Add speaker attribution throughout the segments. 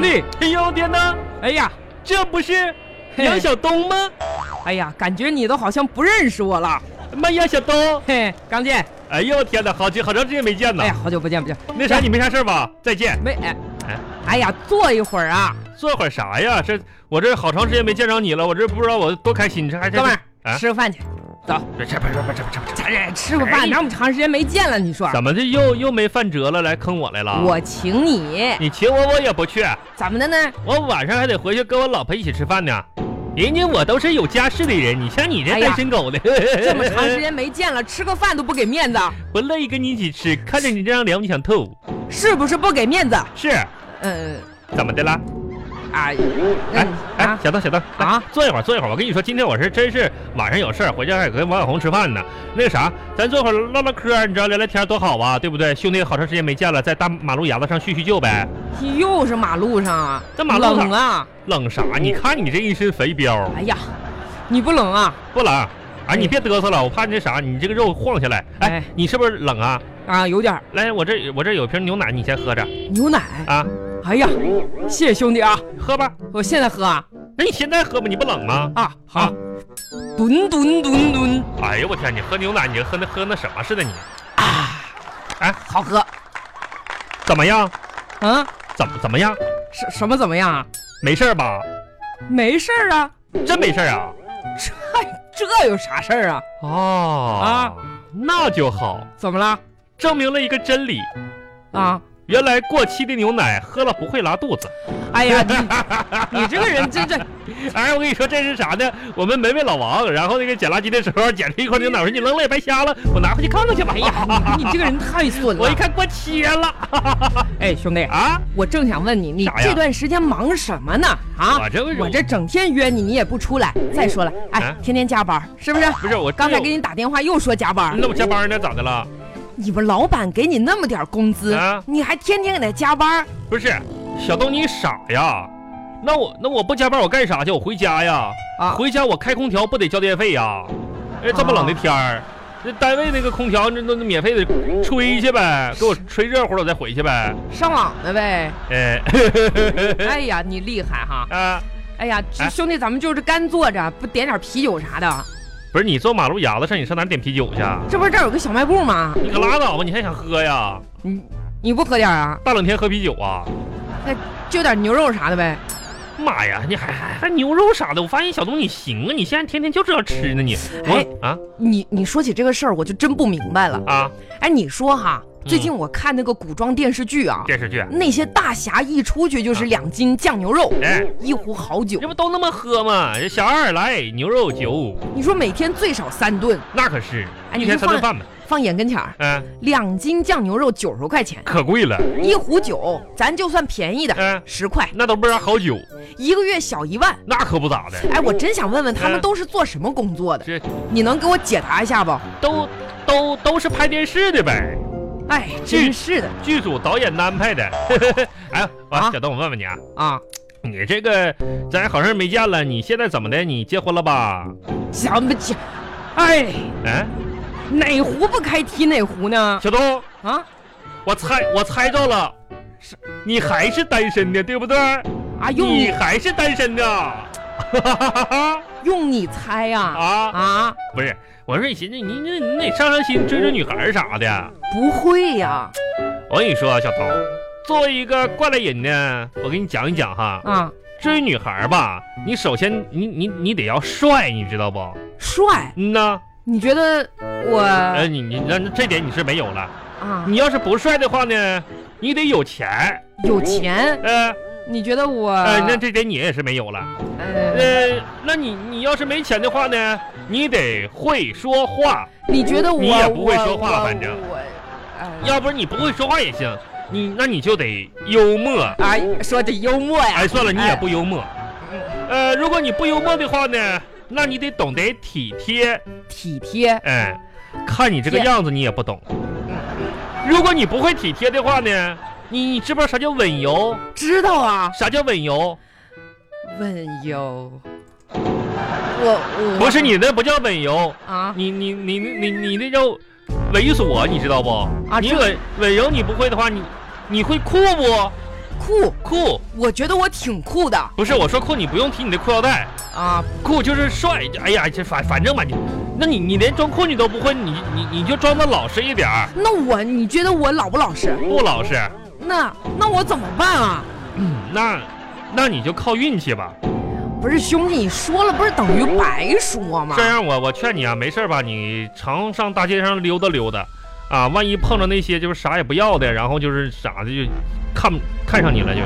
Speaker 1: 哎见呢？
Speaker 2: 哎呀，
Speaker 1: 这不是
Speaker 2: 嘿
Speaker 1: 杨晓 东吗？
Speaker 2: 哎呀，感觉你都好像不认识我了。
Speaker 1: 妈，杨晓东！
Speaker 2: 嘿，刚见，
Speaker 1: 哎呦我天哪，好久好长时间没见呢
Speaker 2: 哎。呀，好久不见，不见，
Speaker 1: 那啥，你没啥事儿吧？再见。
Speaker 2: 没哎
Speaker 1: 哎，
Speaker 2: 哎呀，坐一会儿啊，
Speaker 1: 做会儿啥呀？这我这好长时间没见着你了，我这不知道我多开心，这还
Speaker 2: 哥们儿、
Speaker 1: 啊
Speaker 2: 吃饭去。
Speaker 1: 这这别别别别别！
Speaker 2: 咱这吃个饭，哪有那么长时间没见了？你说
Speaker 1: 哎怎么这又又没饭辙了，来坑我来了？
Speaker 2: 我请你，
Speaker 1: 你请我我也不去，
Speaker 2: 怎么的呢？
Speaker 1: 我晚上还得回去跟我老婆一起吃饭呢。人家我都是有家室的人，你像你这
Speaker 2: 哎呀
Speaker 1: 单身狗的，
Speaker 2: 这么长时间没见了，吃个饭都不给面子，
Speaker 1: 不乐意跟你一起吃，看着你这张脸我就想吐。
Speaker 2: 是不是不给面子？
Speaker 1: 是
Speaker 2: 嗯
Speaker 1: 怎么的啦？
Speaker 2: 啊，
Speaker 1: 哎
Speaker 2: 嗯
Speaker 1: 哎
Speaker 2: 啊，
Speaker 1: 小邓小邓来
Speaker 2: 啊
Speaker 1: 坐一会儿坐一会儿。我跟你说，今天我是真是晚上有事儿，回家还跟王小红吃饭呢。那个啥，咱坐会儿唠唠嗑儿，你知道聊聊天儿多好啊，对不对？兄弟，好长时间没见了，在大马路牙子上叙叙旧呗。
Speaker 2: 又是马路上啊，
Speaker 1: 这马路上
Speaker 2: 冷啊！
Speaker 1: 冷啥？你看你这一身肥膘，
Speaker 2: 哎呀，你不冷啊？
Speaker 1: 不冷？哎，你
Speaker 2: 哎
Speaker 1: 别嘚瑟了，我怕你这啥，你这个肉晃下来。哎
Speaker 2: 哎，
Speaker 1: 你是不是冷啊？
Speaker 2: 啊，有点儿
Speaker 1: 来，我这我这有瓶牛奶，你先喝着
Speaker 2: 牛奶。
Speaker 1: 啊，
Speaker 2: 哎呀，谢谢兄弟啊！
Speaker 1: 喝吧。
Speaker 2: 我现在喝啊
Speaker 1: 那你现在喝吧，你不冷吗？
Speaker 2: 啊
Speaker 1: 啊
Speaker 2: 好，吨吨吨吨
Speaker 1: 哎呦我天，你喝牛奶，你喝那喝那什么似的你？
Speaker 2: 啊！
Speaker 1: 哎
Speaker 2: 好喝
Speaker 1: 怎么样？
Speaker 2: 啊？
Speaker 1: 怎么怎么样？
Speaker 2: 什什么怎么样啊？
Speaker 1: 没事儿吧？
Speaker 2: 没事儿啊，
Speaker 1: 真没事儿啊？
Speaker 2: 这有啥事儿啊？
Speaker 1: 哦啊，那就好，
Speaker 2: 怎么了
Speaker 1: 证明了一个真理：
Speaker 2: 啊？
Speaker 1: 原来过期的牛奶喝了不会拉肚子。
Speaker 2: 哎呀，你你这个人真这
Speaker 1: 哎，我跟你说这是啥呢？我们没问老王，然后那个捡垃圾的时候捡着一块牛奶，我说你扔了也白瞎了，我拿回去看看去吧。
Speaker 2: 哎呀，你你这个人太损
Speaker 1: 我一
Speaker 2: 了！
Speaker 1: 看过期了
Speaker 2: 哎，兄弟，
Speaker 1: 啊！
Speaker 2: 我正想问你，你
Speaker 1: 啥呀
Speaker 2: 这段时间忙什么呢？啊，
Speaker 1: 我这为什么
Speaker 2: 我这整天约你，你也不出来。再说了，哎
Speaker 1: 啊，哎
Speaker 2: 天天加班是不是？
Speaker 1: 不是我
Speaker 2: 刚才
Speaker 1: 这
Speaker 2: 给你打电话又说加班，
Speaker 1: 那我加班呢，咋的了？
Speaker 2: 你们老板给你那么点工资，
Speaker 1: 啊
Speaker 2: 你还天天给他加班？
Speaker 1: 不是，小东你傻呀？那我那我不加班我干啥去？我回家呀。
Speaker 2: 啊
Speaker 1: 回家我开空调不得交电费呀？哎，这么冷的
Speaker 2: 啊
Speaker 1: 天儿，那单位那个空调那那那免费的吹去呗，给我吹热乎了我再回去呗。
Speaker 2: 上网了呗？
Speaker 1: 哎，
Speaker 2: 哎呀，你厉害哈！
Speaker 1: 啊，
Speaker 2: 哎呀，这
Speaker 1: 哎
Speaker 2: 兄弟，咱们就是干坐着，不点点啤酒啥的。
Speaker 1: 不是你坐马路牙子上，你上哪儿点啤酒去？啊
Speaker 2: 这不是这儿有个小卖部吗？
Speaker 1: 你可拉倒吧，你还想喝呀？
Speaker 2: 你你不喝点啊？
Speaker 1: 大冷天喝啤酒啊？
Speaker 2: 就点牛肉啥的呗？
Speaker 1: 妈呀，你还还还牛肉啥的？我发现小东你行啊，你现在天天就知道吃呢你。
Speaker 2: 哎
Speaker 1: 我啊
Speaker 2: 你你说起这个事儿，我就真不明白了。
Speaker 1: 啊，
Speaker 2: 哎，你说哈，
Speaker 1: 嗯
Speaker 2: 最近我看那个古装电视剧啊，
Speaker 1: 电视剧，
Speaker 2: 那些大侠一出去就是两斤酱牛肉，
Speaker 1: 啊哎。
Speaker 2: 一壶好酒
Speaker 1: 这，不都那么喝吗？这小二来牛肉酒，
Speaker 2: 你说每天最少三顿，
Speaker 1: 那可是
Speaker 2: 哎
Speaker 1: 一
Speaker 2: 你
Speaker 1: 天
Speaker 2: 就
Speaker 1: 三顿饭吧，
Speaker 2: 放眼跟前儿，
Speaker 1: 嗯、
Speaker 2: 两斤酱牛肉九十块钱，
Speaker 1: 可贵了，
Speaker 2: 一壶酒咱就算便宜的
Speaker 1: 嗯、
Speaker 2: 十块，
Speaker 1: 那都不是啥好酒，
Speaker 2: 一个月小一万。
Speaker 1: 那可不咋的，
Speaker 2: 哎，我真想问问他们
Speaker 1: 嗯
Speaker 2: 都是做什么工作的？
Speaker 1: 这
Speaker 2: 你能给我解答一下不？
Speaker 1: 都都都是拍电视的呗，
Speaker 2: 哎，
Speaker 1: 嗯
Speaker 2: 真是的
Speaker 1: 剧组导演安排的。 哎，完、
Speaker 2: 啊
Speaker 1: 小东，我问问你啊，
Speaker 2: 啊！
Speaker 1: 你这个咱好长时间没见了，你现在怎么的？你结婚了吧？
Speaker 2: 想不起，哎，
Speaker 1: 嗯、
Speaker 2: 哪壶不开提哪壶呢？
Speaker 1: 小东，
Speaker 2: 啊，
Speaker 1: 我猜我猜着了，
Speaker 2: 是
Speaker 1: 你还是单身的，对不对？
Speaker 2: 啊，用
Speaker 1: 你
Speaker 2: 你
Speaker 1: 还是单 身的，
Speaker 2: 用你猜呀、
Speaker 1: 啊
Speaker 2: 啊？。啊，
Speaker 1: 不是，我说你寻思你你你得上上心追追女孩儿啥
Speaker 2: 嗯
Speaker 1: 的。
Speaker 2: 不会呀、
Speaker 1: 我跟你说啊，小涛，作为一个过来人呢，我给你讲一讲哈，
Speaker 2: 啊，
Speaker 1: 追女孩儿吧，你首先你你你得要帅，你知道不？
Speaker 2: 帅，
Speaker 1: 嗯呐，
Speaker 2: 你觉得我
Speaker 1: 呃，你你那这点你是没有了。
Speaker 2: 啊
Speaker 1: 你要是不帅的话呢，你得有钱，
Speaker 2: 有钱？
Speaker 1: 呃
Speaker 2: 你觉得我
Speaker 1: 呃，那这点你也是没有了。
Speaker 2: 呃，
Speaker 1: 呃，那你你要是没钱的话呢，你得会说话，
Speaker 2: 你觉得我
Speaker 1: 你也不会
Speaker 2: 我
Speaker 1: 说话
Speaker 2: 我
Speaker 1: 反正
Speaker 2: 我呃
Speaker 1: 要不然你不会说话也行，你那你就得幽默。
Speaker 2: 啊，说的幽默呀，
Speaker 1: 哎，算了，你也不幽默。呃，如果你不幽默的话呢，那你得懂得体贴。
Speaker 2: 体贴，
Speaker 1: 哎，看你这个
Speaker 2: 贴
Speaker 1: 样子，你也不懂。如果你不会体贴的话呢，你你知不知道啥叫稳油？
Speaker 2: 知道啊，
Speaker 1: 啥叫稳油？
Speaker 2: 温柔，我我
Speaker 1: 不是你那不叫稳油，
Speaker 2: 啊，
Speaker 1: 你你你你你那叫猥琐，你知道不？
Speaker 2: 啊
Speaker 1: 你
Speaker 2: 这
Speaker 1: 稳稳油你不会的话，你你会酷不？
Speaker 2: 酷酷，
Speaker 1: 酷，
Speaker 2: 我觉得我挺酷的
Speaker 1: 不是我说酷，你不用提你的裤腰带，
Speaker 2: 啊！
Speaker 1: 酷就是帅。哎呀，这反反正吧，你，那你你连装酷你都不会，你你你就装的老实一点儿，
Speaker 2: 那我你觉得我老不老实？
Speaker 1: 不老实，
Speaker 2: 那那我怎么办啊？
Speaker 1: 那那你就靠运气吧。
Speaker 2: 不是兄弟，你说了不是等于白说吗
Speaker 1: 这？样我我劝你啊，没事儿吧，你常上大街上溜达溜达，啊，万一碰着那些就是啥也不要的，然后就是傻的就看看上你了就，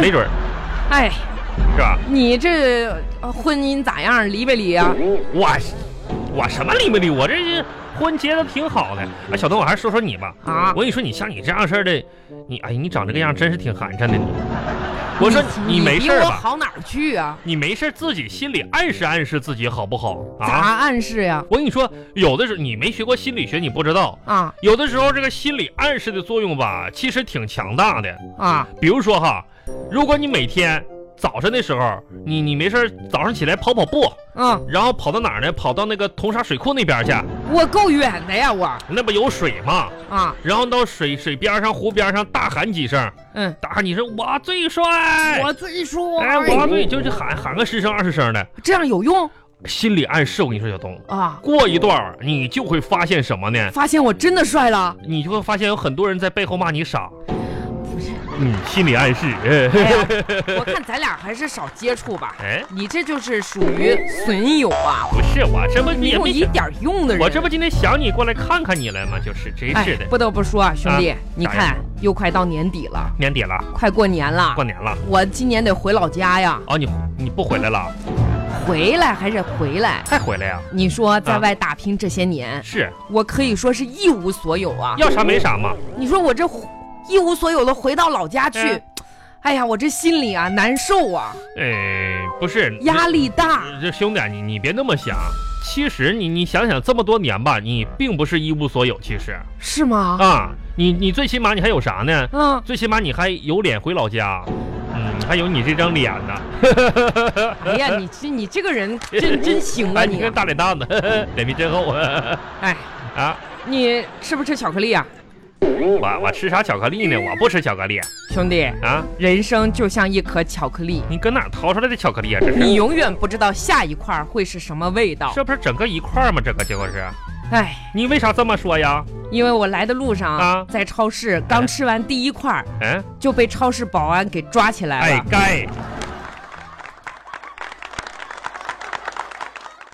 Speaker 1: 没
Speaker 2: 是，
Speaker 1: 准儿
Speaker 2: 哎，
Speaker 1: 是吧？
Speaker 2: 你这呃婚姻咋样？离没离啊？
Speaker 1: 我我什么离没离？我这是婚结的挺好的。哎，小东，我还是说说你吧。
Speaker 2: 啊
Speaker 1: 我跟你说，你像你这样式儿的，你哎，你长这个样真是挺寒碜的你。我说你没事
Speaker 2: 比
Speaker 1: 儿
Speaker 2: 我
Speaker 1: 吧？
Speaker 2: 好哪儿去啊？
Speaker 1: 你没事儿自己心里暗示暗示自己好不好
Speaker 2: 咋
Speaker 1: 啊？
Speaker 2: 暗示呀？
Speaker 1: 我跟你说，有的时候你没学过心理学，你不知道。
Speaker 2: 啊
Speaker 1: 有的时候这个心理暗示的作用吧，其实挺强大的。
Speaker 2: 啊
Speaker 1: 比如说哈，如果你每天早晨的时候，你你没事儿早上起来跑跑步，
Speaker 2: 嗯，
Speaker 1: 然后跑到哪儿呢？跑到那个铜沙水库那边去，
Speaker 2: 我够远的呀，我
Speaker 1: 那不有水吗？
Speaker 2: 啊
Speaker 1: 然后到水水边上、湖边上大喊几声，
Speaker 2: 嗯，
Speaker 1: 大喊几声“我最帅”，
Speaker 2: 我自己说，
Speaker 1: 哎，我最就是喊喊个十声二十声的，
Speaker 2: 这样有用
Speaker 1: 心理暗示。我跟你说，小东，
Speaker 2: 啊？
Speaker 1: 过一段儿你就会发现什么呢？
Speaker 2: 发现我真的帅了，
Speaker 1: 你就会发现有很多人在背后骂你傻。
Speaker 2: 不是？啊
Speaker 1: 嗯，心理暗示。 哎
Speaker 2: 哎呀，我看咱俩还是少接触吧。
Speaker 1: 哎，
Speaker 2: 你这就是属于损友啊，
Speaker 1: 不是我这不
Speaker 2: 没
Speaker 1: 你也
Speaker 2: 有
Speaker 1: 没
Speaker 2: 一点用的人。
Speaker 1: 我这不今天想你过来看看你了吗？就是，真
Speaker 2: 哎
Speaker 1: 是的，，
Speaker 2: 不得不说啊，兄弟
Speaker 1: 啊，
Speaker 2: 你
Speaker 1: 咋样
Speaker 2: 看又快到年底了，
Speaker 1: 年底了，
Speaker 2: 快过年了
Speaker 1: 过，年了。
Speaker 2: 我今年得回老家呀，
Speaker 1: 哦，你你不回来了？
Speaker 2: 回来还是回来。
Speaker 1: 还回来呀、
Speaker 2: 你说在
Speaker 1: 啊
Speaker 2: 外打拼这些年，
Speaker 1: 是
Speaker 2: 我可以说是一无所有啊。
Speaker 1: 要啥没啥嘛。
Speaker 2: 你说我这一无所有的回到老家去
Speaker 1: 嗯，
Speaker 2: 哎呀，我这心里啊难受啊，
Speaker 1: 哎，不是
Speaker 2: 压力大。
Speaker 1: 这兄弟啊，你你别那么想。其实你你想想，这么多年吧，你并不是一无所有。其实
Speaker 2: 是吗？
Speaker 1: 啊，你你最起码你还有啥呢？
Speaker 2: 嗯，
Speaker 1: 最起码你还有脸回老家，嗯，还有你这张脸呢。
Speaker 2: 哎呀，你这你这个人真 真行啊
Speaker 1: 哎，你
Speaker 2: 你
Speaker 1: 看！大脸蛋子，呵呵脸皮真厚 啊！
Speaker 2: 哎，
Speaker 1: 啊，
Speaker 2: 你吃不吃巧克力啊，
Speaker 1: 我我吃啥巧克力呢？我不吃巧克力
Speaker 2: 兄弟？
Speaker 1: 啊！
Speaker 2: 人生就像一颗巧克力，
Speaker 1: 你搁哪儿掏出来的巧克力啊？这
Speaker 2: 你
Speaker 1: 是，
Speaker 2: 永远不知道下一块会嗯是什么味道。
Speaker 1: 这不是整个一块儿吗？这个结果是，
Speaker 2: 哎，
Speaker 1: 你为啥这么说呀？
Speaker 2: 因为我来的路上
Speaker 1: 啊
Speaker 2: 在超市刚
Speaker 1: 哎
Speaker 2: 吃完第一块儿
Speaker 1: 嗯，
Speaker 2: 就被超市保安给抓起来
Speaker 1: 哎
Speaker 2: 了。，
Speaker 1: 该